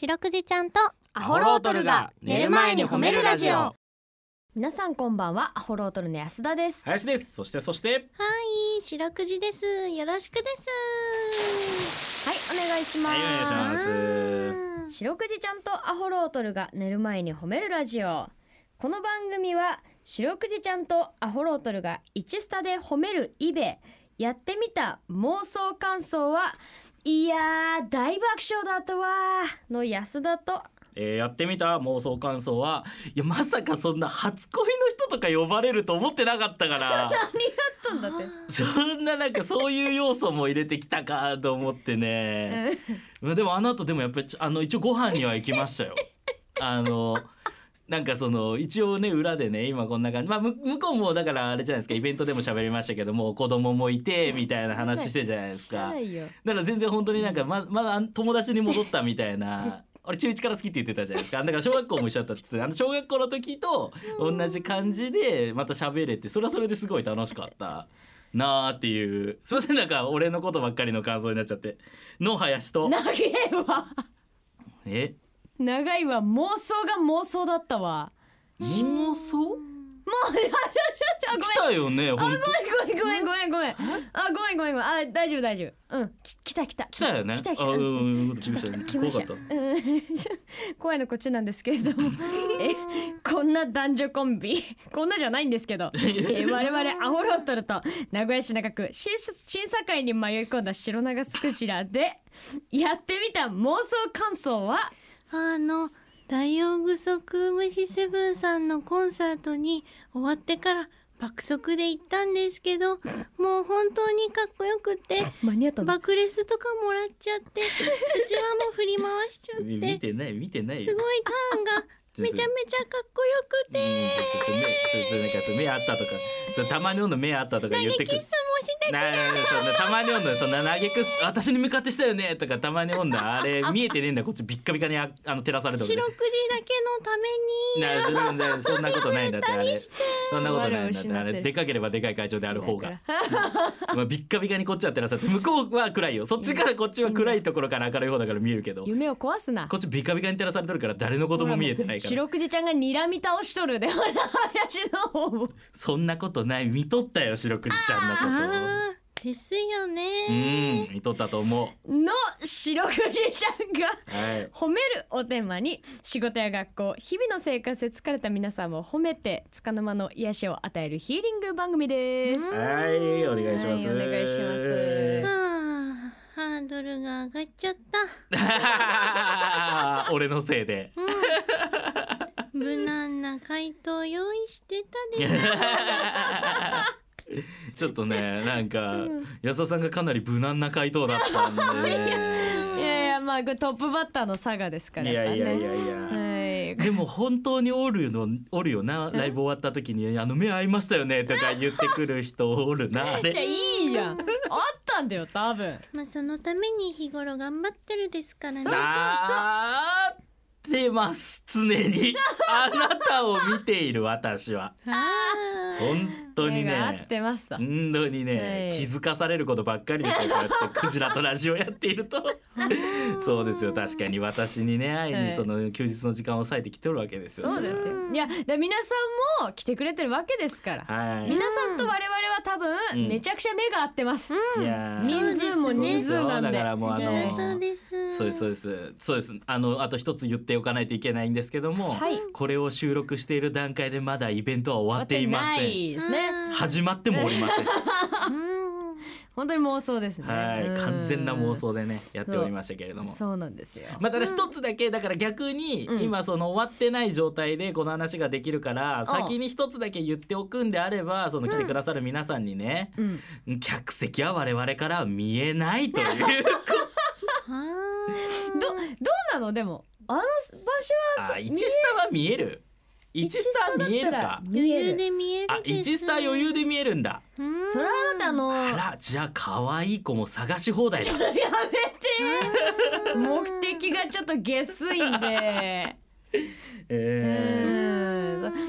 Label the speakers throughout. Speaker 1: 白くじちゃんとア
Speaker 2: ホロートルが寝る前に褒めるラジオ
Speaker 3: 皆さんこんばんはアホロートルの安田です
Speaker 2: 林ですそしてそして
Speaker 1: はい白くじですよろしくです
Speaker 3: はいお願いしま
Speaker 2: は
Speaker 3: す,、
Speaker 2: いお願いします
Speaker 1: うん
Speaker 3: 白くじちゃんとアホロートルが寝る前に褒めるラジオこの番組は白くじちゃんとアホロートルが一スタで褒めるイベやってみた妄想感想はいやー大爆笑だったわーの安田と
Speaker 2: えーやってみた妄想感想はいやまさかそんな初恋の人とか呼ばれると思ってなかった から
Speaker 3: とんだって
Speaker 2: そんななんかそういう要素も入れてきたかと思ってね、まあでもあの後でもやっぱりちょあの一応ご飯には行きま したよあのなんかその一応ね裏でね今こんな感じまあむ向こうもだからあれじゃないですかイベントでも喋りましたけども子供もいてみたいな話してじゃないです
Speaker 3: 知ら
Speaker 2: か
Speaker 3: ないよ
Speaker 2: だから全然本当になんかままだあん友達に戻ったみたいな俺中1から好きって言ってたじゃないですかだから小学校も一緒だったっつってあの小学校の時と同じ感じでまた喋れてそれはそれですごい楽しかったなあっていうすいませんなんか俺のことばっかりの感想になっちゃっての林と
Speaker 3: 長えわ
Speaker 2: え
Speaker 3: 長いわ妄想が妄想だったわ
Speaker 2: 妄想
Speaker 3: もうちょちょちょごめん
Speaker 2: 来たよね本当
Speaker 3: ごめんごめんごめんごめんあごめんごめんごめんあ大丈夫大丈夫うんき来た来た
Speaker 2: 来たよね
Speaker 3: 来た来た
Speaker 2: あうん
Speaker 3: うん
Speaker 2: う ん来ましたね
Speaker 3: 来ました
Speaker 2: 怖かった
Speaker 3: うん怖いのこっちなんですけれどもえこんな男女コンビ こんなじゃないんですけどえ我々アホロートルと名古屋市中区審査審査会に迷い込んだ白長スクジラでやってみた妄想感想は
Speaker 1: あのダイオウグソクムシセブンさんのコンサートに終わってから爆速で行ったんですけ どもう本当にかっこよくて
Speaker 3: 間に合った
Speaker 1: 爆レスとかもらっちゃってうちはもう振り回しちゃっ
Speaker 2: 見
Speaker 1: て
Speaker 2: てない見てない
Speaker 1: す
Speaker 2: よ
Speaker 1: ごいターンがめちゃめちゃかっこよく
Speaker 2: うん
Speaker 1: て
Speaker 2: そうそう目そうそうなんかそう目あったとかそうたまにの目あったとか
Speaker 1: 投
Speaker 2: 言っ
Speaker 1: げ
Speaker 2: てく
Speaker 1: キッスも
Speaker 2: る
Speaker 1: して
Speaker 2: ななそんなたまに女そんな嘆く私に向かってしたよねとかたまに女あれ見えてねえんだよこっちビッカビカにああの照らされて
Speaker 1: 白
Speaker 2: も
Speaker 1: くじ
Speaker 2: ね
Speaker 1: だけのために
Speaker 2: なそんなそんなことないんだってあれそんなことないんだってあ
Speaker 3: 我を失って
Speaker 2: れ
Speaker 3: る
Speaker 2: でかければでかい会場である方
Speaker 3: 好
Speaker 2: が、まあ、ビッカビカにこっちは照らされて向こうは暗いよそっちからこっちは暗いところから明るい方だから見えるけど
Speaker 3: 夢を壊すな
Speaker 2: こっちビカビカに照らされてるから誰のことも見えてないから
Speaker 3: 白くじちゃんが睨み倒しとるでほら林の方も
Speaker 2: そんなことない見とったよ白くじちゃんのことを
Speaker 1: あーですよ
Speaker 2: う
Speaker 1: ね
Speaker 2: ん見とったと思う
Speaker 3: の白くじちゃんが
Speaker 2: はい
Speaker 3: 褒めるをテーマに仕事や学校日々の生活で疲れた皆さんを褒めて束の間の癒しを与えるヒーリング番組です
Speaker 1: うん
Speaker 2: はいお願いします、
Speaker 3: はいお願いします
Speaker 1: はあハードルが上がっちゃった
Speaker 2: 俺のせいで。
Speaker 1: 無難な回答用意してたです
Speaker 2: ちょっとね、なんか、安田さんがかなり無難な回答だったんで、
Speaker 3: いやいやまあこれトップバッターの佐賀ですから
Speaker 2: いや
Speaker 3: やっぱ
Speaker 2: い
Speaker 3: ね
Speaker 2: やいやいや。
Speaker 3: はい
Speaker 2: でも本当におるのおるよなライブ終わった時に「あの目合いましたよね」とか言ってくる人おるなあ
Speaker 3: じゃあ
Speaker 2: れ
Speaker 3: いいやんあったんだよ多分
Speaker 1: まあそのために日頃頑張ってるですからね
Speaker 3: そう
Speaker 2: なってます常にあなたを見ている私は
Speaker 1: あー
Speaker 2: 本当に
Speaker 3: 目が合っ
Speaker 2: ね
Speaker 3: てますと
Speaker 2: 本当にね、
Speaker 3: はい
Speaker 2: 気づかされることばっかりですよこうやって クジラとラジオやっているとそうですよ確かに私にね愛
Speaker 3: は
Speaker 2: に
Speaker 3: い
Speaker 2: その休日の時間を割いてきてるわけですよ
Speaker 3: そうですよいやで皆さんも来てくれてるわけですから
Speaker 2: はい
Speaker 3: 皆さんと我々は多
Speaker 2: う
Speaker 3: 分
Speaker 2: ん
Speaker 3: めちゃくちゃ目が合ってます、
Speaker 2: いやー
Speaker 3: 人数も人数なん
Speaker 2: そうだ
Speaker 3: で
Speaker 2: からもうあ
Speaker 1: ありがとう
Speaker 2: の
Speaker 1: です
Speaker 2: そうですそうですそうですあのあと一つ言っておかないといけないんですけども、
Speaker 3: はい
Speaker 2: これを収録している段階でまだイベントは終わっていま
Speaker 3: 終わってな
Speaker 2: せん
Speaker 3: いですね
Speaker 2: 始まってもおりま せん
Speaker 1: うん
Speaker 3: 本当に妄想ですね
Speaker 2: はい
Speaker 3: うん
Speaker 2: 完全な妄想でねやっておりましたけれども
Speaker 3: そうなんですよ、
Speaker 2: まあただ一つだけだから逆に
Speaker 3: うん
Speaker 2: 今その終わってない状態でこの話ができるから
Speaker 3: お
Speaker 2: 先に一つだけ言っておくんであればその来てくださる皆さんにね
Speaker 3: うん、
Speaker 2: 客席は我々からは見えないという
Speaker 1: は
Speaker 3: どどうなのでもあの場所は
Speaker 2: あ1スタは見える1スタ見えるか
Speaker 1: 余
Speaker 3: 見え
Speaker 1: 裕
Speaker 3: る
Speaker 1: で見える
Speaker 2: あ
Speaker 1: です
Speaker 2: 1スタ余裕で見えるんだ
Speaker 1: うん
Speaker 3: それはだってあの
Speaker 2: あ
Speaker 3: や
Speaker 2: らじゃあ可愛い子も探し放題だ
Speaker 3: めて目的がちょっと下 水んで
Speaker 2: えー
Speaker 3: うん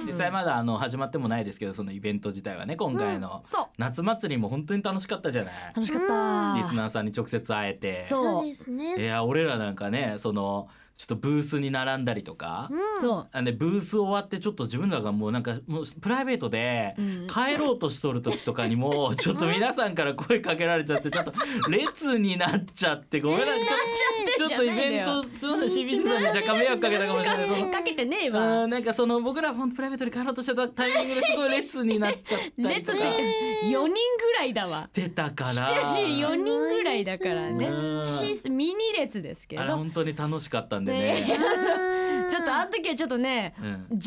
Speaker 2: 実際まだあの始まってもないですけどそのイベント自体はね今回の
Speaker 3: そう
Speaker 2: 夏祭りも本当に楽しかったじゃない
Speaker 3: 楽しかった
Speaker 2: リスナーさんに直接会えて
Speaker 3: そう
Speaker 1: そうですね
Speaker 2: いや俺らなんかねそのちょっとブースに並んだりとか、
Speaker 4: そ
Speaker 2: あね、ブース終わってちょっと自分らがもうなんかもうプライベートで
Speaker 4: うん
Speaker 2: 帰ろうとしとる時とかに もちょっと皆さんから声かけられちゃってちょっと列になっちゃってごめんなさいちょっとちょっとイベントすみません CBC さんに若干迷惑かけたかもしれないその
Speaker 3: かけてねえわ
Speaker 2: うんなんかその僕らほんとプライベートで帰ろうとしてたタイミングですごい列になっちゃったり
Speaker 3: 列
Speaker 2: と
Speaker 3: っ
Speaker 2: か
Speaker 3: て言って4人ぐらいだ
Speaker 2: し
Speaker 3: わ
Speaker 2: てたから。
Speaker 3: して4人ぐらいだからね
Speaker 2: うん
Speaker 3: シーミニ列ですけ
Speaker 2: あれ
Speaker 3: ど
Speaker 2: 本当に楽しかったんでね。
Speaker 3: ね
Speaker 1: ー
Speaker 3: ちょっとあの時はちょっとね
Speaker 2: うん
Speaker 3: 若干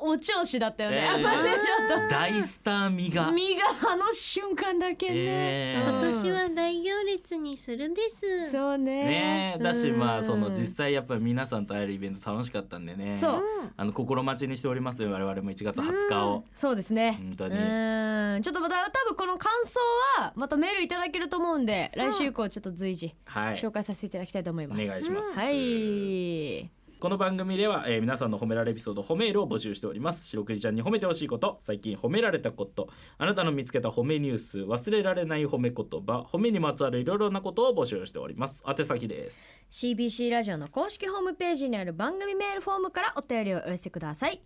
Speaker 3: お調子だったよね、
Speaker 2: え え
Speaker 3: あれねちょっ
Speaker 2: 大スター味
Speaker 3: と
Speaker 2: が。
Speaker 3: 身があの瞬間だけね、
Speaker 2: ええ
Speaker 3: うん
Speaker 1: 今年は大行列にするです。う。
Speaker 3: そうね
Speaker 2: ねだし
Speaker 3: うん
Speaker 2: まあその実際やっぱり皆さんと会えるイベント楽しかったんでね。
Speaker 3: そう
Speaker 2: あの心待ちにしておりますよ我々も1月20日を。
Speaker 3: そうですね
Speaker 2: 本当に
Speaker 3: うんちょっとまた多分この感想はまたメールいただけると思うんで来週以降ちょっと随時
Speaker 2: はい。
Speaker 3: 紹介させていただきたいと思い
Speaker 2: お
Speaker 3: ます、
Speaker 2: 願いします。
Speaker 3: はい
Speaker 2: この番組では、えー皆さんの褒められエピソード褒めールを募集しております白くじちゃんに褒めてほしいこと最近褒められたことあなたの見つけた褒めニュース忘れられない褒め言葉褒めにまつわるいろいろなことを募集しております宛先です
Speaker 3: CBC ラジオの公式ホームページにある番組メールフォームからお便りをお寄せください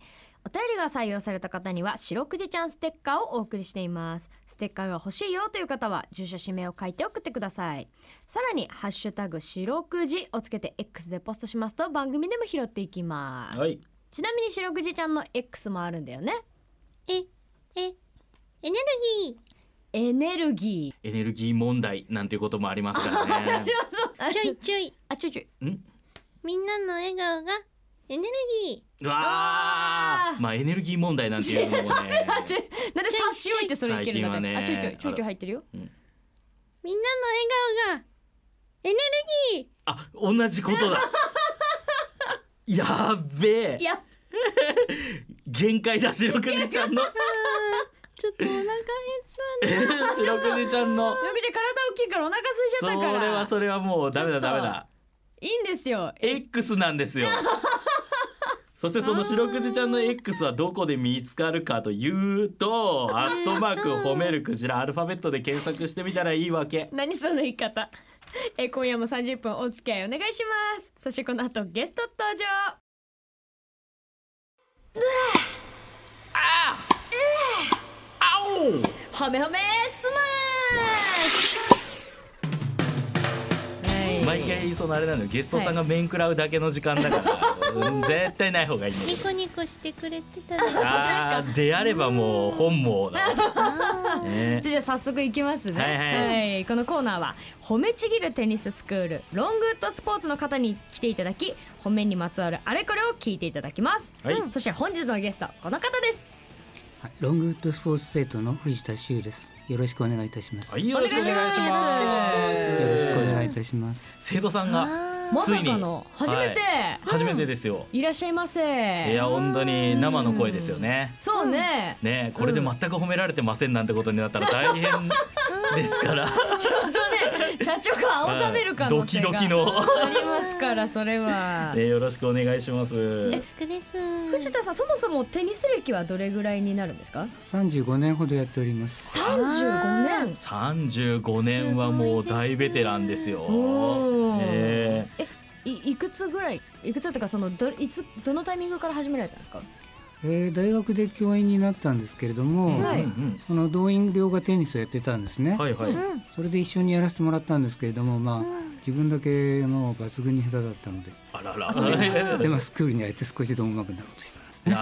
Speaker 3: お便りが採用された方には白くじちゃんステッカーをお送りしていますステッカーが欲しいよという方は住所氏名を書いて送ってくださいさらにハッシュタグ白くじをつけて X でポストしますと番組でも拾っていきます、
Speaker 2: はい
Speaker 3: ちなみに白くじちゃんの X もあるんだよね
Speaker 1: え、え、エネルギ
Speaker 3: エネルギ
Speaker 2: エネルギー問題なんていうこともありますから ね
Speaker 3: ーあ
Speaker 1: ー。ち
Speaker 3: ち
Speaker 1: ょ
Speaker 3: ょ
Speaker 1: いちょい。
Speaker 3: あちょちょ
Speaker 2: ん
Speaker 1: みんなの笑顔がエネルギ
Speaker 2: うわ
Speaker 3: あ
Speaker 2: ーまあエネルギー問題なんていうのもね
Speaker 3: なんで差し置いてそれいけるんだねあ
Speaker 2: 最近
Speaker 3: ちょ
Speaker 2: はいね
Speaker 3: ちょいちょいちょい入ってるよ
Speaker 1: ー。みんなの笑顔がエネルギー。
Speaker 2: あ同じこと だやっべ
Speaker 3: い
Speaker 2: え
Speaker 3: や
Speaker 2: 限界だ白くじちゃんの
Speaker 1: ちょっとお腹減ったね。
Speaker 2: 白くじちゃんの
Speaker 3: よくじゃ体大きいからお腹空いち
Speaker 2: そ
Speaker 3: ゃったから
Speaker 2: れはそれはもうダメだ
Speaker 3: ちょっ
Speaker 2: ダ
Speaker 3: と
Speaker 2: メだ
Speaker 3: いいんですよ
Speaker 2: X なんです よそしてその白くじちゃんの X はどこで見つかるかというと「アットマーク褒めるクジラ」アルファベットで検索してみたらいいわけ
Speaker 3: 何その言い方え今夜も30分お付き合いお願いしますそしてこの後ゲスト登場
Speaker 2: あお
Speaker 3: ほめほめスマッシュ
Speaker 2: 毎回そのあれなのよゲストさんが面食らうだけの時間だから、うん絶対ない方がいい
Speaker 1: ニ コニコしてくれてたのに。
Speaker 2: あーであればもう本望だ
Speaker 1: あ
Speaker 2: わ、ね
Speaker 3: じゃあ早速いきますね、
Speaker 2: はいはい
Speaker 3: このコーナーは褒めちぎるテニススクールロングウッドスポーツの方に来ていただき褒めにまつわるあれこれを聞いていただきます、
Speaker 2: はい
Speaker 3: そして本日のゲストこの方です
Speaker 5: はいロングウッドスポーツ生徒の藤田修です。よろしくお願いいたします。
Speaker 2: は
Speaker 5: よ
Speaker 2: い、よろしくお願いします
Speaker 3: お願
Speaker 5: ろしくお願いいたします。
Speaker 2: 生徒さんが
Speaker 1: ー
Speaker 3: まさ
Speaker 2: つい
Speaker 3: かの
Speaker 2: に
Speaker 3: 初めて、
Speaker 2: 初めてですよ、
Speaker 3: いらっしゃいませ
Speaker 2: いや本当に生の声ですよね、
Speaker 3: そうね、
Speaker 2: ねえこれで全く褒められてませんなんてことになったら大変ですから
Speaker 3: ちょっとね社長が青ざめる可
Speaker 2: ド
Speaker 3: 能
Speaker 2: キ
Speaker 3: 性が
Speaker 2: ドキの、
Speaker 3: ありますからそれは、
Speaker 2: ね、よろしくお願いします
Speaker 1: よろしくです。
Speaker 3: 藤田さんそもそもテニス歴はどれぐらいになるんですか
Speaker 5: 35年ほどやっております。
Speaker 3: 35年
Speaker 2: 35年はもう大ベテランですよ
Speaker 3: おー
Speaker 2: ええ
Speaker 3: いいくつぐらいいくつとかそのどいつどのタイミングから始められたんですか
Speaker 5: えー大学で教員になったんですけれども、
Speaker 3: はい
Speaker 2: うん
Speaker 5: その動員寮がテニスをやってたんですね、
Speaker 2: うんはいはい、
Speaker 1: うん。
Speaker 5: それで一緒にやらせてもらったんですけれども、まあ、
Speaker 1: うん
Speaker 5: 自分だけもう抜群に下手だったので、
Speaker 2: あら
Speaker 5: で
Speaker 2: ら
Speaker 5: まあスクールに入って少しでも上手くなろうとしたんですね。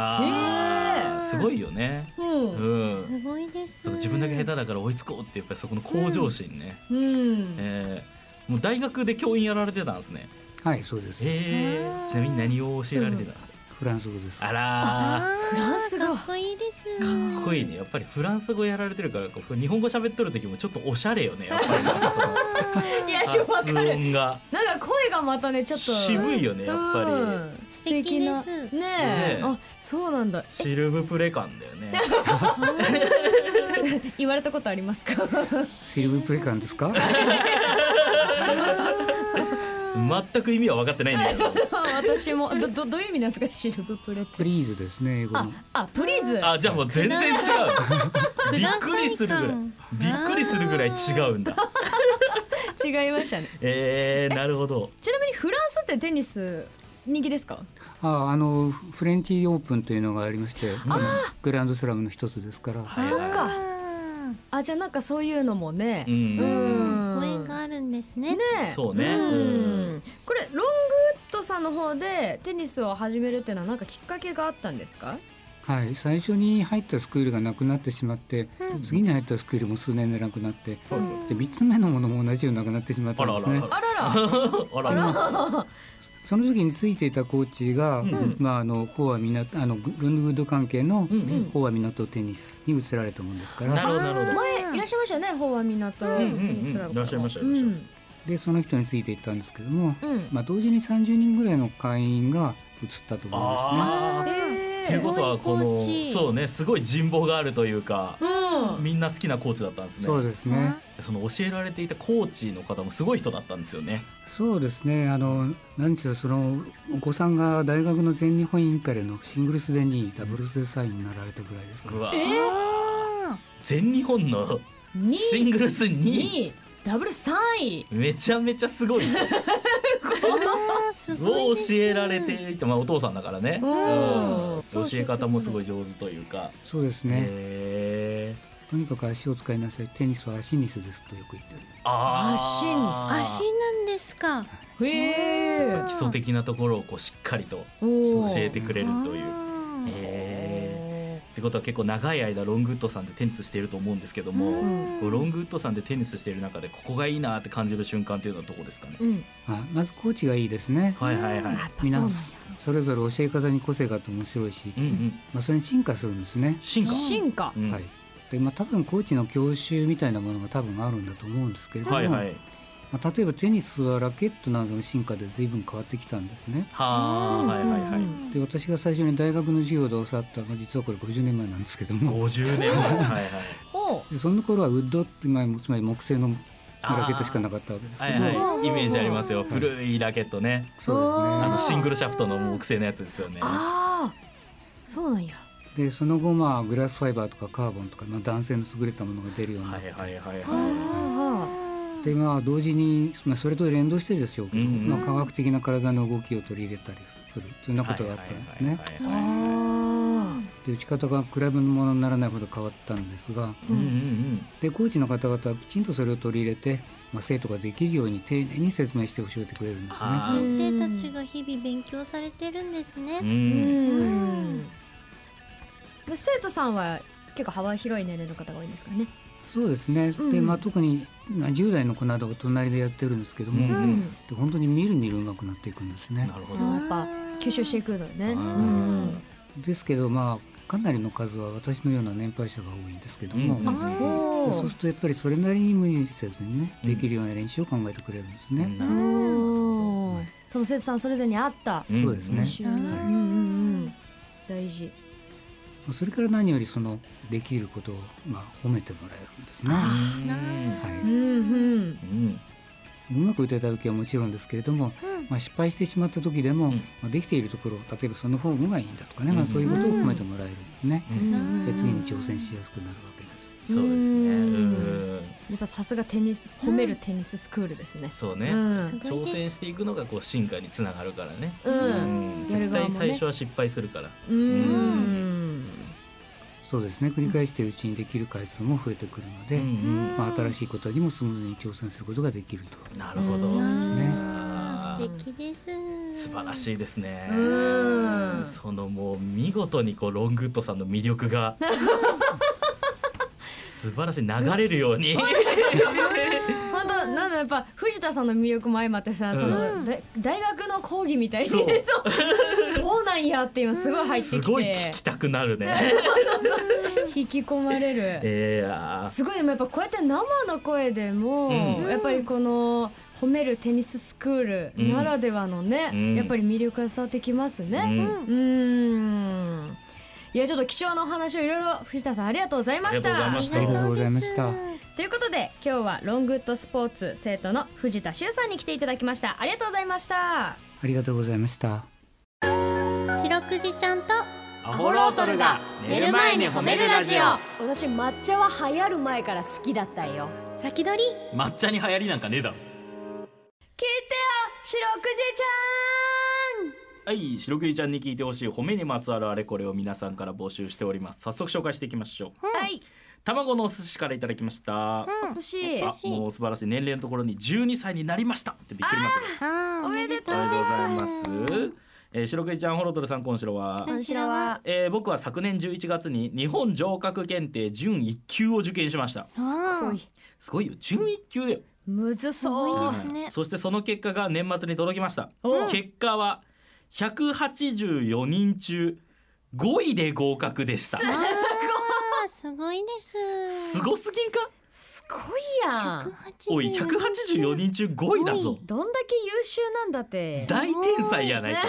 Speaker 2: あーすごいよね
Speaker 3: うん
Speaker 2: うん
Speaker 1: すごいです。
Speaker 2: そう自分だけ下手だから追いつこうってやっぱりそこの向上心ね、
Speaker 3: うん
Speaker 2: ええもう大学で教員やられてたんですね
Speaker 5: はい、そうです。
Speaker 2: ええちなみに何を教えられてたんですか、
Speaker 5: フランス語です。
Speaker 2: あらー
Speaker 1: あー
Speaker 3: フランス語
Speaker 1: かっこいいです。
Speaker 2: かっこいいねやっぱりフランス語やられてるからこう日本語喋っとる時もちょっとおしゃれよねやっぱりなんか
Speaker 1: うん
Speaker 3: いや
Speaker 2: その
Speaker 3: わか
Speaker 2: 発
Speaker 3: る
Speaker 2: 音が
Speaker 3: なんか声がまたねちょっと
Speaker 2: 渋いよねやっぱり、
Speaker 3: うん素敵な
Speaker 1: 素敵です
Speaker 3: ね
Speaker 2: ね
Speaker 3: え
Speaker 2: え
Speaker 3: あそうなんだ
Speaker 2: シルブプレ感だよね
Speaker 3: 言われたことありま すか
Speaker 5: シルブプレカンですか
Speaker 2: 全く意味は分かってないんだけど
Speaker 3: 私もどどどういう意味なんですかシルブプレって
Speaker 5: プリーズですね、英語
Speaker 3: あ
Speaker 5: の。
Speaker 3: あプリーズ
Speaker 2: あじゃあもう全然違うびっくりするぐらいびっくりするぐらい違うんだ
Speaker 3: 違いましたね
Speaker 2: えー、なるほど
Speaker 3: ちなみにフランスってテニス人気ですか
Speaker 5: ああのフレンチオープンというのがありましてグランドスラムの一つですから、
Speaker 2: はい
Speaker 3: そっか
Speaker 1: あ
Speaker 3: あじゃあなんかそういうのもね
Speaker 2: う、
Speaker 1: ーうんん、
Speaker 3: うん
Speaker 1: ご縁があるんですね
Speaker 3: ねえ
Speaker 2: そうね
Speaker 3: ん
Speaker 2: うん
Speaker 3: これロングウッドさんの方でテニスを始めるっていうのはなんかきっかけがあったんですか
Speaker 5: はい、最初に入ったスクールがなくなってしまって、
Speaker 1: うん
Speaker 5: 次に入ったスクールも数年でなくなって、
Speaker 2: うん
Speaker 5: で3つ目のものも同じようになくなってしまった
Speaker 2: あ
Speaker 5: ん
Speaker 2: ら
Speaker 5: で
Speaker 2: あ
Speaker 5: す
Speaker 2: ら
Speaker 5: ね。
Speaker 2: あ
Speaker 3: あらら
Speaker 2: ら あら
Speaker 5: あその時についていたコーチが、
Speaker 2: うんうん
Speaker 5: まああのフォアミナあのグロングウッド関係の
Speaker 2: うんう
Speaker 5: フ
Speaker 2: ん
Speaker 5: ォアミナトテニスに移られたもんですか
Speaker 2: な
Speaker 5: ら、
Speaker 2: るほどなるほど
Speaker 3: 前いらっしゃいましたよね法和港テ
Speaker 2: うんうんうん
Speaker 3: ニスクラブからも
Speaker 2: いらっしゃいましたいらっしゃいま
Speaker 5: でその人についていったんですけども、
Speaker 3: うんうん
Speaker 5: まあ同時に30人ぐらいの会員が移ったと思いますね。
Speaker 2: あーと
Speaker 3: え
Speaker 2: いう
Speaker 1: す
Speaker 2: こ
Speaker 1: ごい
Speaker 2: とはこ
Speaker 1: コ
Speaker 2: の
Speaker 1: ーチ
Speaker 2: そうねすごい人望があるというか
Speaker 3: うん
Speaker 2: みんな好きなコーチだったんですね
Speaker 5: そうですね。
Speaker 2: その教えられていたコーチの方もすごい人だったんですよね
Speaker 5: そうですね。あの何しろそのお子さんが大学の全日本委員会でのシングルスで2位、ダブルスで3位になられたぐらいですか
Speaker 2: う
Speaker 5: ら。
Speaker 2: わ
Speaker 1: あ
Speaker 2: 全日本の
Speaker 3: 2
Speaker 2: シングルス2位
Speaker 3: 位ダブル3位
Speaker 2: めちゃめちゃすごい
Speaker 1: ーすご
Speaker 2: を
Speaker 1: いです
Speaker 2: 教えられていて、まあ、お父さんだからね、
Speaker 3: うん
Speaker 2: うん教え方もすごい上手というか、
Speaker 5: そうですね。
Speaker 2: へ
Speaker 5: とにかく足を使いなさい。テニスは足ニスですとよく言ってる。
Speaker 2: ーあー
Speaker 1: 足なんですか
Speaker 3: へえ
Speaker 1: うん
Speaker 2: 基礎的なところをこうしっかりと教えてくれるという。
Speaker 1: あー
Speaker 2: へーってことは結構長い間ロングウッドさんでテニスしていると思うんですけども、
Speaker 1: うん
Speaker 2: こうロングウッドさんでテニスしている中でここがいいなって感じる瞬間っていうのはどこですかね、
Speaker 3: うん
Speaker 5: あまずコーチがいいですね。
Speaker 2: はいはいはい
Speaker 3: あやっぱそう
Speaker 5: みん
Speaker 3: な
Speaker 5: なん
Speaker 3: や
Speaker 5: それぞれ教え方に個性があって面白いし、
Speaker 2: うんうん、
Speaker 5: まあ、それに進化するんですね。
Speaker 2: 進化、
Speaker 3: 進化
Speaker 2: うん
Speaker 5: はい。でまあ、多分コーチの教習みたいなものが多分あるんだと思うんですけれども、
Speaker 2: はいはい
Speaker 5: まあ、例えばテニスはラケットなどの進化で随分変わってきたんですね。
Speaker 2: はーはいはいは
Speaker 3: う
Speaker 2: い
Speaker 3: ん
Speaker 5: で私が最初に大学の授業で教わった、まあ、実はこれ50年前なんですけども
Speaker 2: 50年前はいはい
Speaker 3: おう
Speaker 5: でその頃はウッドって、まあ、つまり木製の
Speaker 2: あー
Speaker 5: ラケットしかなかったわけです
Speaker 2: は
Speaker 5: け
Speaker 2: い
Speaker 5: ど、
Speaker 2: はい、イメージありますよ
Speaker 5: ん
Speaker 2: 古いラケットねあ
Speaker 5: そう
Speaker 2: の
Speaker 5: で
Speaker 2: シングルシャフトの木製のやつですよね
Speaker 3: ああそうなんや
Speaker 5: すねでその後、まあ、グラスファイバーとかカーボンとか、まあ、男性の優れたものが出るようにな
Speaker 2: は
Speaker 5: って、
Speaker 2: いはいはい
Speaker 3: あー
Speaker 2: は
Speaker 5: でまあ同時に、まあ、それと連動してるでしょうけど、
Speaker 2: うんうん
Speaker 5: まあ、科学的な体の動きを取り入れたりするというようなことがあったんですね。
Speaker 2: はいはい
Speaker 3: あ
Speaker 2: はいはい
Speaker 3: ー
Speaker 5: で打ち方が比べ物にならないほど変わったんですが
Speaker 2: うんうん
Speaker 5: でコーチの方々はきちんとそれを取り入れて、まあ、生徒ができるように丁寧に説明して教えてくれるんですね。
Speaker 2: は
Speaker 1: 先生たちが日々勉強されてるんです
Speaker 2: うんう
Speaker 1: ね。
Speaker 2: ん
Speaker 3: うんで生徒さんは結構幅広い年齢の方が多いんですかね
Speaker 5: そうですね、
Speaker 3: うん
Speaker 5: でまあ、特にまあ10代の子などが隣でやってるんですけども、
Speaker 2: うん
Speaker 5: で本当にみるみる上手くなっていくんですね
Speaker 2: な。るほど
Speaker 3: やっぱ吸収していくのよね
Speaker 2: う
Speaker 3: うん
Speaker 2: ん
Speaker 5: ですけどまあかなりの数は私のような年配者が多いんですけども、
Speaker 2: うんうん
Speaker 1: あ
Speaker 3: お
Speaker 5: でそう
Speaker 3: ー
Speaker 5: するとやっぱりそれなりに無理せずにね
Speaker 2: うん
Speaker 5: できるような練習を考えてくれるんですね。
Speaker 2: なるほ
Speaker 3: おーその生徒さんそれぞれに合った
Speaker 2: どん
Speaker 5: そうですね
Speaker 2: ん
Speaker 3: 習にうんうんうん大事
Speaker 5: それから何よりそのできることをまあ褒めてもらえるんですね。は
Speaker 1: ー
Speaker 2: うん
Speaker 3: うんうん
Speaker 2: うん
Speaker 5: いうまく打てた時はもちろんですけれども、
Speaker 1: うん
Speaker 5: まあ、失敗してしまった時で
Speaker 2: う
Speaker 5: も、
Speaker 2: ん
Speaker 5: まあ、できているところ例えばそのフォームがいいんだとかね、
Speaker 2: うん
Speaker 5: まあ、そういうことを褒めてもらえるんですね。
Speaker 2: う
Speaker 3: うんん
Speaker 5: で次に挑戦しやすくなるわけです。
Speaker 2: そうですね
Speaker 3: うん
Speaker 2: うん
Speaker 3: やっぱさすがテニス褒めるテニススクールですね
Speaker 2: そう
Speaker 3: う
Speaker 2: ね
Speaker 1: す
Speaker 3: ん
Speaker 1: ご
Speaker 2: 挑
Speaker 1: いで
Speaker 2: 戦
Speaker 1: す。
Speaker 2: していくのがこう進化につながるからね
Speaker 3: う
Speaker 2: うんん
Speaker 3: やる
Speaker 2: 絶
Speaker 3: 側もね
Speaker 2: 対最初は失敗するから
Speaker 3: うん
Speaker 5: そうですね繰り返しているうちにできる回数も増えてくるので、
Speaker 2: うん
Speaker 5: まあ、新しいことにもスムーズに挑戦することができると。
Speaker 2: うんなるほど
Speaker 3: うん
Speaker 5: ね
Speaker 1: あ
Speaker 2: あ
Speaker 1: ー
Speaker 2: ー
Speaker 1: 素敵です。
Speaker 2: 素晴ら
Speaker 1: い。
Speaker 2: しいですね
Speaker 3: うん
Speaker 2: そのもう見事にこうロングウッドさんの魅力が素晴らしい流れるように
Speaker 3: 本当なんだやっぱ藤田さんの魅力も相まってさ、
Speaker 2: うん
Speaker 3: そのだ大学の講義みたいにそう そうなんやって今すごい入ってきて
Speaker 2: すごい聞きたくなるね
Speaker 3: 引き込まれる
Speaker 2: えーあー
Speaker 3: すごいでもやっぱこうやって生の声でも、
Speaker 2: うん
Speaker 3: やっぱりこの褒めるテニススクールならではのね、
Speaker 2: うん
Speaker 3: やっぱり魅力が伝わってきます
Speaker 2: う
Speaker 3: ね
Speaker 2: ん
Speaker 3: うんんいやちょっと貴重なお話をいろいろ藤田さんありがとうございま
Speaker 2: あ
Speaker 3: し
Speaker 2: りがとうございま
Speaker 3: た
Speaker 2: した
Speaker 1: あり
Speaker 5: あり
Speaker 1: が
Speaker 5: がと
Speaker 1: とう
Speaker 5: うご
Speaker 1: ご
Speaker 5: ざ
Speaker 1: ざ
Speaker 5: い
Speaker 1: い
Speaker 5: ま
Speaker 1: ま
Speaker 5: し
Speaker 1: したた。
Speaker 3: ということで今日はロングウッドスポーツ生徒の藤田修さんに来ていただきましたありがとうございました
Speaker 5: ありがとうございました。
Speaker 1: 白くじちゃんと
Speaker 2: アホロートルが寝る前に褒めるラジオ
Speaker 3: 私抹茶は流行る前から好きだったよ
Speaker 1: 先取り。
Speaker 2: 抹茶に流行りなんかねえだろ
Speaker 3: 聞いてよ白くじちゃ
Speaker 2: は
Speaker 3: ん
Speaker 2: い白クイちゃんに聞いてほしい褒めにまつわるあれこれを皆さんから募集しております早速紹介していきましょう
Speaker 3: はい、
Speaker 2: 卵のお寿司からいただきました、
Speaker 3: お寿司
Speaker 1: お寿
Speaker 2: あ
Speaker 1: 司
Speaker 2: もう素晴らしい年齢のところに12歳になりましたってびっくりマーク
Speaker 1: あー
Speaker 3: おめでと
Speaker 2: おめでとうございます
Speaker 1: す。
Speaker 2: えー、白クイちゃんホロトルさん今週は、
Speaker 1: い
Speaker 3: こちらは
Speaker 2: えー僕は昨年11月に日本上格検定準1級を受験しましたす
Speaker 1: あ
Speaker 3: お
Speaker 1: ー
Speaker 3: い
Speaker 2: ごいよ準1級だよ
Speaker 3: むず
Speaker 1: い
Speaker 3: そ
Speaker 1: で
Speaker 3: う
Speaker 1: すね
Speaker 2: そしてその結果が年末に届きました
Speaker 3: お
Speaker 2: 結果は184人中5位で合格でした
Speaker 1: あーすごいです。
Speaker 2: すごすぎんか
Speaker 3: すごいやん
Speaker 1: 180
Speaker 2: おい184人中5位だぞ
Speaker 3: どんだけ優秀なんだって
Speaker 1: す
Speaker 2: 大天才やないか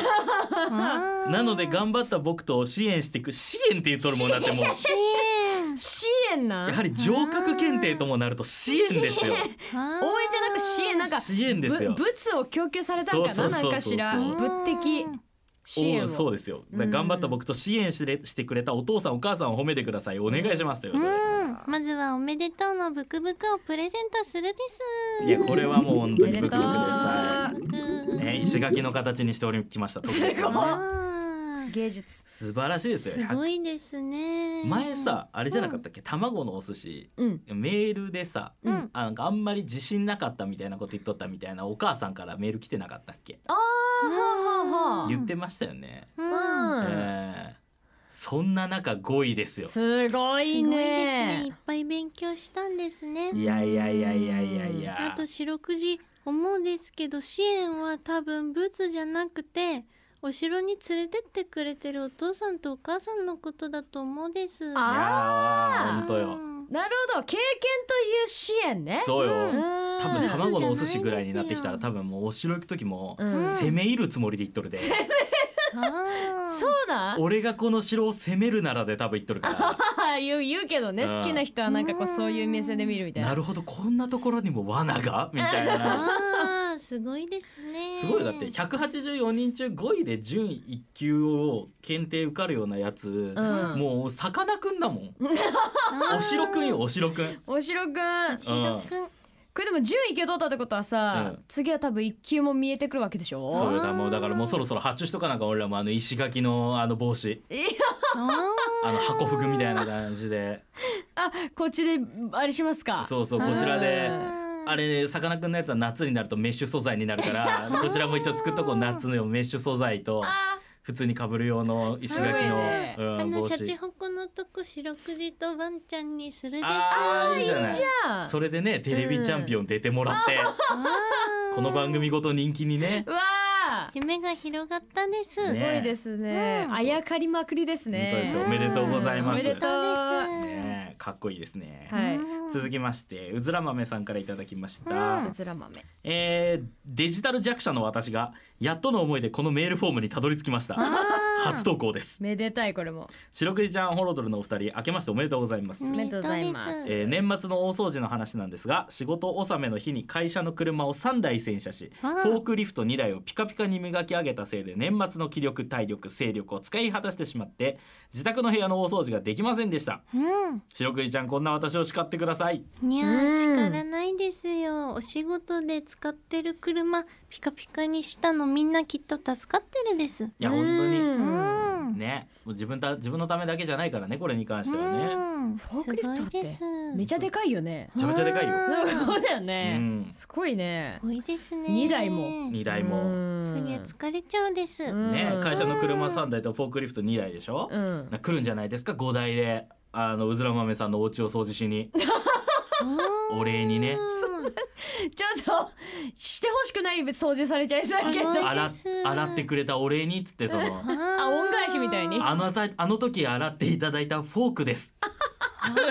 Speaker 1: あー
Speaker 2: なので頑張った僕と支援してく支援って言っとるもんだってもう
Speaker 1: 支援
Speaker 3: 支援な
Speaker 2: や
Speaker 3: ん
Speaker 2: はり上格検定ともなると支援ですよ
Speaker 1: あー
Speaker 3: 応援じゃなく支援なん か
Speaker 2: 支援ですよ
Speaker 3: ぶ物を供給されたんか
Speaker 2: そ
Speaker 3: な
Speaker 2: うそうそう
Speaker 3: な
Speaker 2: そ
Speaker 3: ん
Speaker 2: う
Speaker 3: かしら
Speaker 2: うん
Speaker 3: 物的支援
Speaker 2: お
Speaker 3: を
Speaker 2: うそうですよだから頑張った僕と支援してしてくれたお父さんお母さんを褒めてくださいお願いしますという
Speaker 1: う
Speaker 2: ことで
Speaker 1: ん、まずはおめでとうのブクブクをプレゼントするです。
Speaker 2: いやこれはもう本当に
Speaker 3: おめ
Speaker 2: ブ
Speaker 3: で
Speaker 2: クブ
Speaker 3: とう
Speaker 2: クですは
Speaker 1: ブク
Speaker 2: いね石垣の形にしておりきました特別に
Speaker 3: すごい
Speaker 1: あー
Speaker 3: 芸術
Speaker 2: 素晴らしいです
Speaker 1: す
Speaker 2: よ
Speaker 1: ごいですね。
Speaker 2: 前さあれじゃなかったっけ卵のお寿司
Speaker 3: うん
Speaker 2: メールでさ
Speaker 1: うん
Speaker 2: あなんかあんまり自信なかったみたいなこと言っとったみたいなお母さんからメール来てなかったっけ
Speaker 3: あーはあはあは
Speaker 1: うん
Speaker 2: 言ってましたよね、
Speaker 1: うん
Speaker 3: あうん
Speaker 2: えーそんな中5位ですよ
Speaker 3: すご
Speaker 1: すご
Speaker 3: い
Speaker 1: いですね。い
Speaker 3: ね
Speaker 1: っぱい勉強したんですね。
Speaker 2: いやいやいやいやいやい
Speaker 1: あ
Speaker 2: や
Speaker 1: と四六時思うんですけど支援は多分物じゃなくてお城に連れてってくれてるお父さんとお母さんのことだと思うです。
Speaker 2: いやー
Speaker 3: あ
Speaker 2: ほんとよ
Speaker 1: うん
Speaker 3: なるほど経験という支援ね
Speaker 2: そうよ、
Speaker 1: うん
Speaker 2: 多分
Speaker 3: 多
Speaker 2: 卵のお寿司ぐらいになってきたら
Speaker 1: そ
Speaker 2: 多分もうお城行く時も
Speaker 1: うん
Speaker 2: 攻め入るつもりで行っとるで、
Speaker 1: あー
Speaker 3: そうだ
Speaker 2: 俺がこの城を攻めるならで多分行っと るか
Speaker 3: 言う言うけどね
Speaker 2: うん
Speaker 3: 好きな人はなんかこうそういう目線で見るみたい
Speaker 2: らな
Speaker 3: な
Speaker 2: るほどこんなところにも罠がみたいな
Speaker 1: あーすごいですね。
Speaker 2: すごいだって184人中5位で準1級を検定受かるようなやつ、
Speaker 3: うん
Speaker 2: もうさかなクンだもんお城くんよお城くん
Speaker 3: おしろくん
Speaker 1: お城くん。
Speaker 3: これでも10位け取ったってことはさ、
Speaker 2: うん
Speaker 3: 次は多分1級も見えてくるわけでしょ
Speaker 2: そうよだもうだからもうそろそろ発注しとかなんか俺らもあの石垣のあの帽子
Speaker 3: いや
Speaker 1: あ
Speaker 2: あの箱服みたいな感じで
Speaker 3: あこっちであれしますか
Speaker 2: そうそうこちらで
Speaker 3: うん
Speaker 1: ー
Speaker 2: あれさかなクンのやつは夏になるとメッシュ素材になるからこちらも一応作っとこう夏のメッシュ素材と
Speaker 3: あ
Speaker 2: 普通に被る用の石垣
Speaker 3: すごい
Speaker 2: の
Speaker 3: ね、
Speaker 2: う
Speaker 1: あ
Speaker 2: ん、帽
Speaker 1: のシャチ
Speaker 2: 子
Speaker 1: ホコのとこ四六時とワンちゃんにするです。
Speaker 2: あーいいじゃない
Speaker 3: あ
Speaker 2: それでねテレビチャンピオン出てもらって、
Speaker 1: あー
Speaker 2: この番組ごと人気にね
Speaker 3: うわあ
Speaker 1: 夢が広がったです。
Speaker 2: ね
Speaker 3: すごいですね、
Speaker 1: うん
Speaker 3: あやかりまくりですね
Speaker 2: 本当ですよおめでとうございます
Speaker 3: おめでとう
Speaker 2: ねかっこいいですね、
Speaker 3: はいう
Speaker 2: 続きましてうずら豆さんからいただきました、
Speaker 1: うん
Speaker 3: うずら豆
Speaker 2: えーデジタル弱者の私がやっとの思いでこのメールフォームにたどり着きました初投稿です
Speaker 3: めでたいこれも
Speaker 2: 白くじちゃんホロドルのお二人明けましておめでとうございます、
Speaker 1: おめでとうございま。
Speaker 3: おめでとうございます
Speaker 2: えー年末の大掃除の話なんですが仕事納めの日に会社の車を3台洗車し
Speaker 1: あ
Speaker 2: フ
Speaker 1: ー
Speaker 2: ォークリフト2台をピカピカに磨き上げたせいで年末の気力体力精力を使い果たしてしまって自宅の部屋の大掃除ができませんでした
Speaker 1: うん、
Speaker 2: 白くじちゃんこんな私を叱ってください
Speaker 1: にゃ
Speaker 3: うん
Speaker 1: ー叱らないですよ。お仕事で使ってる車ピカピカにしたのみんなきっと助かってるです。
Speaker 2: いや本当
Speaker 3: う
Speaker 2: に
Speaker 1: うんん、
Speaker 2: ねもう自分た自分のためだけじゃないからねこれに関してはね
Speaker 1: うん、
Speaker 3: フォークリフトって
Speaker 1: す
Speaker 3: めちゃでかいよね
Speaker 2: めちゃめちゃでかいよ
Speaker 1: うん
Speaker 3: そうだよね、
Speaker 2: うん
Speaker 3: すごいね
Speaker 1: すごいですね。
Speaker 3: 二台も
Speaker 2: 2台も
Speaker 3: うん
Speaker 1: そりゃ疲れちゃうです。
Speaker 3: うん
Speaker 2: ね会社の車3台とフォークリフト2台でしょ
Speaker 3: うん
Speaker 2: な来るんじゃないですか5台であのうずら豆さんのお家を掃除しにお礼にね
Speaker 3: ちょっとしてほしくない掃除されちゃいそうやけど
Speaker 1: すごい
Speaker 2: 洗
Speaker 1: です
Speaker 2: 洗ってくれたお礼にっつってその
Speaker 1: あ
Speaker 3: あ恩返しみたいに
Speaker 2: あのたあの時洗っていただいたフォークです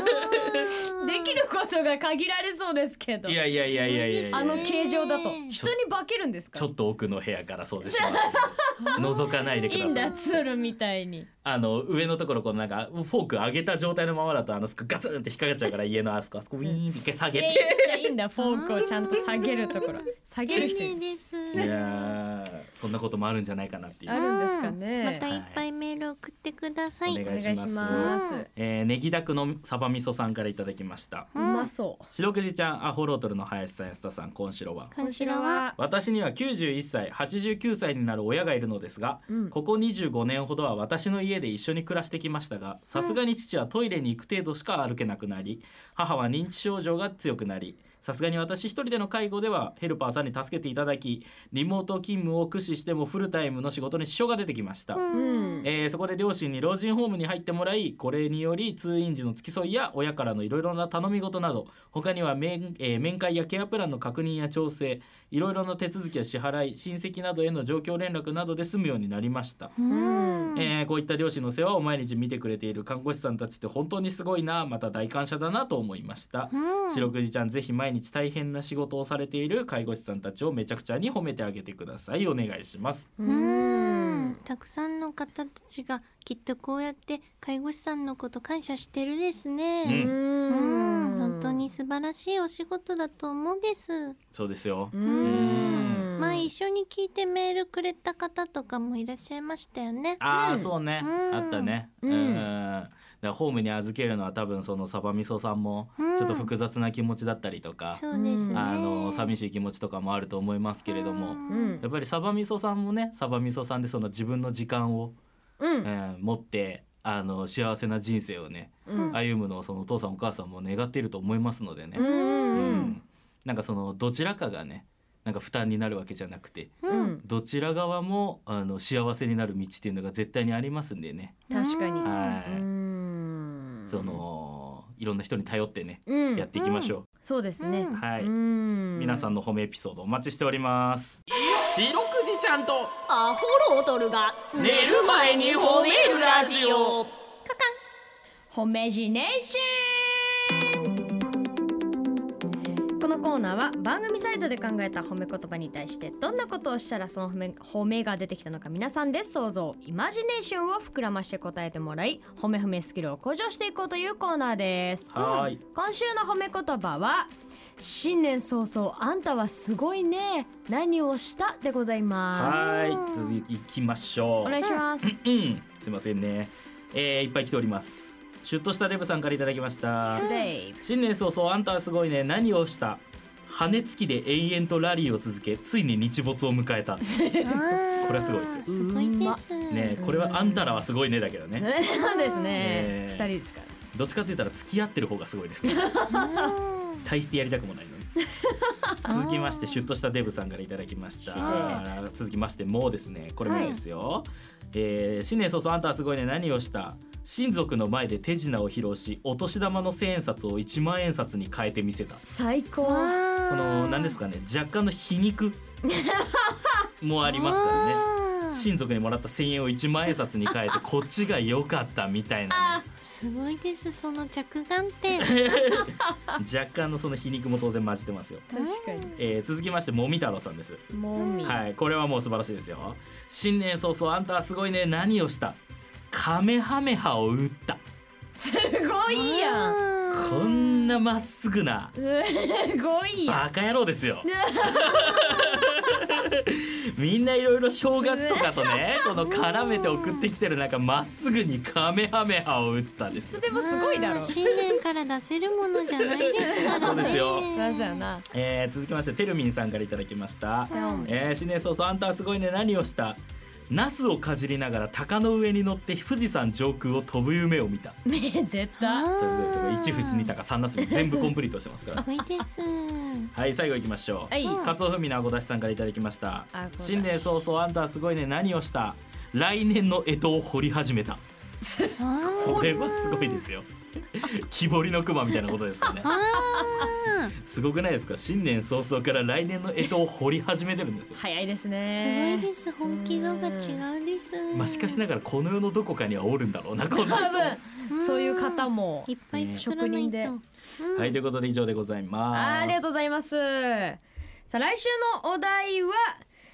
Speaker 3: できることが限られそうですけど
Speaker 2: いやいやいやいやいやいや
Speaker 3: あの形状だと
Speaker 1: ね
Speaker 3: 人に化けるんですか
Speaker 2: ちょっと奥の部屋から掃除しますんで覗かないでく
Speaker 3: いい
Speaker 2: だ
Speaker 3: ん
Speaker 2: さ
Speaker 3: だ
Speaker 2: い
Speaker 3: ツールみたいに
Speaker 2: あの上のところこのなんかフォーク上げた状態のままだとあのガツンって引っかかっちゃうから家のあそこあそこウィーンって一回下
Speaker 3: い
Speaker 2: げ
Speaker 3: やい
Speaker 2: て
Speaker 3: やいいんだフォークをちゃんと下げるところ下げる人
Speaker 1: 丁寧です。
Speaker 2: いやーそんなこともあるんじゃないかなっていう
Speaker 3: あるんですかね
Speaker 1: うんまたいっぱいメール送ってください。
Speaker 2: お願
Speaker 3: お願
Speaker 2: い
Speaker 3: い
Speaker 2: します
Speaker 3: します。う
Speaker 2: えー、ネギダクのサバ味噌さんからいただきました
Speaker 3: まそう。
Speaker 2: 白くじちゃんアホロートルの林さん安田さんこんしろは
Speaker 1: こんしろは。
Speaker 2: 私には91歳89歳になる親がいるのですが
Speaker 3: うん。
Speaker 2: ここ25年ほどは私の家で一緒に暮らしてきましたがさすがに父はトイレに行く程度しか歩けなくなり母は認知症状が強くなりさすがに私一人での介護ではヘルパーさんに助けていただきリモート勤務を駆使してもフルタイムの仕事に支障が出てきました、
Speaker 1: うん。
Speaker 2: えーそこで両親に老人ホームに入ってもらいこれにより通院時の付き添いや親からのいろいろな頼み事など他には面,、えー面会やケアプランの確認や調整いろいろな手続きや支払い親戚などへの状況連絡などで済むようになりました。
Speaker 1: うん。
Speaker 2: えーこういった両親の世話を毎日見てくれている看護師さんたちって本当にすごいなまた大感謝だなと思いました
Speaker 1: うん
Speaker 2: 白くじちゃんぜひ毎日大変な仕事をされている介護士さんたちをめちゃくちゃに褒めてあげてくださいお願いします
Speaker 3: う
Speaker 1: うん。たくさんの方たちがきっとこうやって介護士さんのこと感謝してるですね。うん、本当に。素晴らしいお仕事だと思うんです。
Speaker 2: そうですよ
Speaker 3: う
Speaker 2: うん
Speaker 3: ん。
Speaker 1: まあ一緒に聞いてメールくれた方とかもいらっしゃいましたよね。
Speaker 2: ああ、
Speaker 3: うん
Speaker 2: そうね、
Speaker 1: うん
Speaker 2: あったね、う
Speaker 3: うんん
Speaker 2: だからホームに預けるのは多分そのサバ味噌さんも
Speaker 1: うん
Speaker 2: ちょっと複雑な気持ちだったりとか、
Speaker 1: そうですね。
Speaker 2: あの寂しい気持ちとかもあると思いますけれども、
Speaker 1: うん
Speaker 2: やっぱりサバ味噌さんもねサバ味噌さんでその自分の時間を、
Speaker 3: う。
Speaker 2: うんん持ってあの幸せな人生をね
Speaker 3: うん。
Speaker 2: 歩むのをそのお父さんお母さんも願っていると思いますのでね、
Speaker 3: うん
Speaker 2: うんなんかそのどちらかがねなんか負担になるわけじゃなくて
Speaker 1: うん、
Speaker 2: どちら側もあの幸せになる道っていうのが絶対にありますんでね、
Speaker 3: 確かに
Speaker 1: うん
Speaker 2: は
Speaker 3: う
Speaker 2: い、
Speaker 3: ん。
Speaker 2: そ。のいろんな人に頼ってね、
Speaker 3: うん
Speaker 2: やっ。ていきましょ
Speaker 3: そうですね。
Speaker 2: う。はい、
Speaker 3: うん。
Speaker 2: 皆さんの褒めエピソードお待ちしております。白くじちゃんと
Speaker 4: アホロートルが
Speaker 2: 寝る前に褒めるラジオ。
Speaker 3: ホメジネーションこのコーナーは番組サイトで考えた褒め言葉に対してどんなことをしたらその褒め褒めが出てきたのか皆さんで想像イマジネーションを膨らまして答えてもらい褒め褒めスキルを向上していこうというコーナーです
Speaker 2: はーい
Speaker 3: 今週の褒め言葉は新年早々あんたはすごいね何をしたでございま
Speaker 2: はい、続いていきましょう。
Speaker 3: すお願いします
Speaker 2: うん、すいませんね。えー、いっぱい来ております。シュッとしたデブさんからいただきました。
Speaker 3: デイブ
Speaker 2: 新年早々あんたはすごいね。何をした？羽付きで延々とラリーを続け、ついに日没を迎え た。
Speaker 1: こ
Speaker 2: これはすごいですよ
Speaker 1: すごいです。
Speaker 2: ね、これはあんたらはすごいねだけどね。
Speaker 3: ねそうです
Speaker 2: ね
Speaker 3: ね二人ですから
Speaker 2: どっちかって言ったら付き合ってる方がすごいですけど、
Speaker 1: うん
Speaker 2: 大してやりたくもないのに。続きましてシュッとしたデブさんからいただきました
Speaker 3: は
Speaker 2: 続きましてもうですねこれもですよ、えー新年早々あんたはすごいね何をした親族の前で手品を披露しお年玉の千円札を一万円札に変えてみせた
Speaker 3: 最高
Speaker 2: この何ですかね若干の皮肉もありますからね
Speaker 1: ら
Speaker 2: 親族にもらった千円を一万円札に変えてこっちが良かったみたいなね、
Speaker 1: すごいですその着眼点
Speaker 2: 若干のその皮肉も当然混じってますよ、
Speaker 3: 確かに
Speaker 2: えー続きましてもみ太郎さんです
Speaker 3: もみ、
Speaker 2: はい、これはもう素晴らしいですよ。新年早々あんたはすごいね。何をした？カメハメハを打った。
Speaker 3: すごいやん
Speaker 1: ん
Speaker 2: こんなまっすぐな
Speaker 3: すごいやん
Speaker 2: バカ野郎ですよ。みんないろいろ正月とかとね、この絡めて送ってきてる中、まっすぐにカメハメハを打ったんです
Speaker 3: そ
Speaker 2: よ。
Speaker 3: れもすごいだろ
Speaker 1: まあ新年から出せるものじゃないですからね
Speaker 2: そうですよ
Speaker 3: なぜやな
Speaker 2: えー続きましててるみんさんからいただきました。
Speaker 3: せおめ
Speaker 2: えー、新年早々あんたはすごいね何をしたナスをかじりながら鷹の上に乗って富士山上空を飛ぶ夢を見た
Speaker 3: めでた
Speaker 2: それぞれそれ一富士二鷹三ナス全部コンプリートしてますか ら
Speaker 1: すごいです
Speaker 2: はい最後いきましょう、
Speaker 3: はい
Speaker 2: カツオフミのあごだしさんからいただきました
Speaker 3: あごだし
Speaker 2: 新年早々あんたはすごいね何をした来年の干支を掘り始めた
Speaker 1: あ
Speaker 2: これはすごいです よ木彫りの熊みたいなことですかね
Speaker 1: あ
Speaker 2: すごくないですか新年早々から来年の干支を掘り始めてるんですよ
Speaker 3: 早いです
Speaker 1: すご
Speaker 3: ね
Speaker 1: いです本気度が違うです
Speaker 2: まあしかしながらこの世のどこかにはおるんだろうなこの
Speaker 3: 多分そういう方も
Speaker 1: いっぱい作ら
Speaker 3: ね
Speaker 1: ない
Speaker 3: 職人
Speaker 1: と、
Speaker 3: で
Speaker 1: うん
Speaker 2: はい、ということで以上でございます。
Speaker 3: ありがとうございますさあ来週のお題は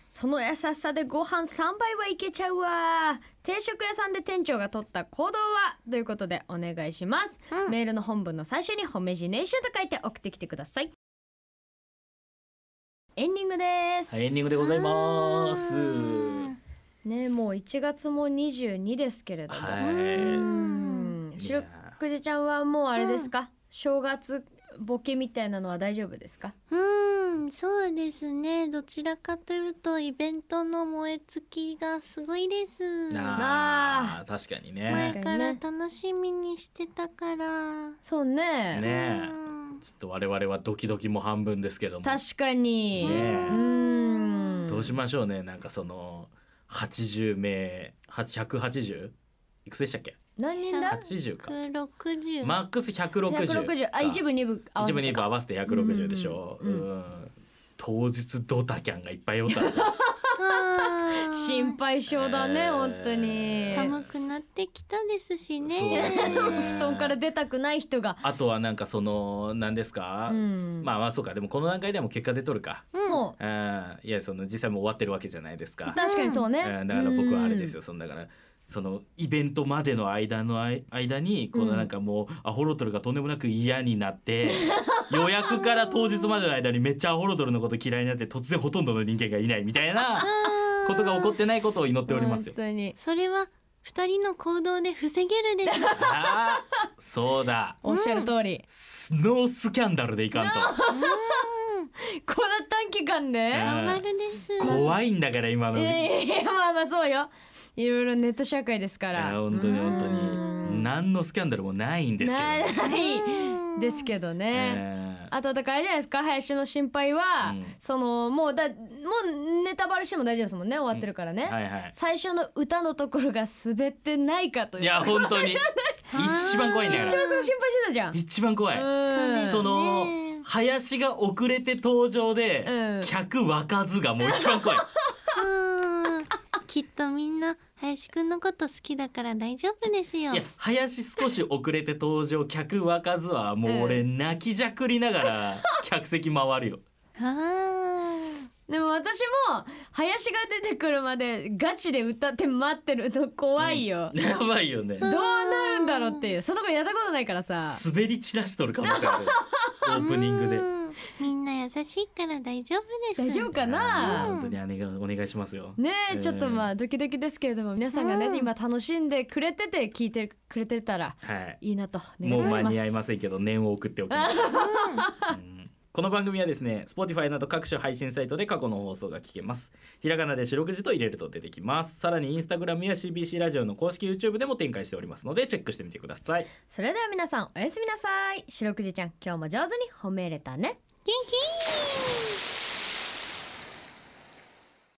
Speaker 3: その優しさでご飯3杯はいけちゃうわ定食屋さんで店長が取った行動はということでお願いします、
Speaker 1: うん
Speaker 3: メールの本文の最初に「褒めジネーション」と書いて送ってきてくださいエンディングです、
Speaker 2: はいエンディングでございます
Speaker 1: あー
Speaker 3: ねもう1月も22ですけれども、う
Speaker 2: は
Speaker 3: ん
Speaker 2: い
Speaker 3: 白
Speaker 2: いや
Speaker 3: くじちゃんはもうあれですか、正月ボケみたいなのは大丈夫ですか
Speaker 1: うーん、そうですね。どちらかというと、イベントの燃え尽きがすごいです。
Speaker 2: あー確かに
Speaker 1: 前
Speaker 2: ね
Speaker 3: ね
Speaker 1: から楽しみにしてたから。
Speaker 3: そうね
Speaker 2: ねえ
Speaker 1: うん
Speaker 2: ちょっと我々はドキドキも半分ですけども
Speaker 3: 確かに、
Speaker 2: ねえ
Speaker 3: うん
Speaker 2: どうしましょうねなんかその80名 180? いくつでしたっけ
Speaker 3: 何人だ
Speaker 2: 80か
Speaker 1: 160。
Speaker 2: マックス160
Speaker 3: 160あ一部二部合わ
Speaker 2: 一
Speaker 3: せ
Speaker 2: 部
Speaker 3: て
Speaker 2: 二部
Speaker 3: か
Speaker 2: 合わせて160でしょ
Speaker 3: うんうん
Speaker 2: うん当日ドタキャンがいっぱい おったんで
Speaker 1: あー
Speaker 3: 心配性だね、
Speaker 2: えー
Speaker 3: 本当に
Speaker 1: 寒くなってきたですしね。
Speaker 2: そうですね
Speaker 3: 布団から出たくない人が、
Speaker 2: あとはなんかその何ですか、
Speaker 3: うん
Speaker 2: まあまあそうかでもこの段階ではもう結果出とるか、
Speaker 3: も
Speaker 2: うん、いやその実際もう終わってるわけじゃないです
Speaker 3: う
Speaker 2: か、
Speaker 3: 確かにそうね、
Speaker 2: うんだから僕はあれですよそのだからそのイベントまでの間のあい間にこ
Speaker 3: う
Speaker 2: の
Speaker 3: ん
Speaker 2: なんかもうアホロトルがとんでもなく嫌になって、 予約から当日までの間にめっちゃアホロトルのこと嫌いになって突然ほとんどの人間がいないみたいなことが起こってないことを祈っておりますよ
Speaker 3: 本。当に
Speaker 1: それは二人の行動で防げるです。ね
Speaker 2: ああそうだ
Speaker 3: おっしゃる通り、
Speaker 2: スノースキャンダルでいか んと。
Speaker 3: こんな短期間で、
Speaker 2: うん
Speaker 1: 頑張るです。
Speaker 2: 怖いんだから今の、
Speaker 3: いやいやいやまあまあそうよいろいろネット社会ですか
Speaker 2: い
Speaker 3: ら
Speaker 2: や本当に本当
Speaker 3: うん
Speaker 2: に何のスキャンダルもないんですけど
Speaker 3: な
Speaker 2: ね、
Speaker 3: いですけどね、
Speaker 2: えー
Speaker 3: あとだからあれじゃないですか林の心配は、
Speaker 2: うん
Speaker 3: そのもうだもうネタバレしても大丈夫ですもんね終わってるからね、
Speaker 2: はいはい
Speaker 3: 最初の歌のところが滑ってないかという
Speaker 2: いや本当に一番怖いんだ
Speaker 1: あー
Speaker 2: か
Speaker 3: 一
Speaker 2: ら
Speaker 3: 番それ心配してたじゃん
Speaker 2: 一番怖い、
Speaker 3: うん
Speaker 2: その林が遅れて登場で、
Speaker 3: うん
Speaker 2: 客沸かずがもう一番怖 い
Speaker 1: うんきっとみんな林くんのこと好きだから大丈夫ですよ
Speaker 2: いや。林少し遅れて登場客沸かずはもう俺泣きじゃくりながら客席回るよ
Speaker 1: あー
Speaker 3: でも私も林が出てくるまでガチで歌って待ってると怖いよ、
Speaker 2: やばいよね
Speaker 3: どうなるんだろうっていうその子やったことないからさ
Speaker 2: 滑り散らしとる可能性 あるオープニングで
Speaker 1: うんみんな優しいから大丈夫です。
Speaker 3: 大丈夫かな
Speaker 2: 本当に姉がお願いしますよ。
Speaker 3: ねえ、
Speaker 2: えー
Speaker 3: ちょっとまあドキドキですけれども皆さんがね、
Speaker 1: うん
Speaker 3: 今楽しんでくれてて聞いてくれてたら
Speaker 2: はい。
Speaker 3: いいなと願
Speaker 2: も
Speaker 3: っ
Speaker 2: う
Speaker 3: ておりま
Speaker 2: 間
Speaker 3: す
Speaker 2: に合いませんけど念を送っておきます。うんこの番組はですね Spotify など各種配信サイトで過去の放送が聞けますひらがなで四六時と入れると出てきますさらに Instagram や CBC ラジオの公式 YouTube でも展開しておりますのでチェックしてみてください
Speaker 3: それでは皆さんおやすみなさい白くじちゃん今日も上手に褒めれたね
Speaker 1: キンキン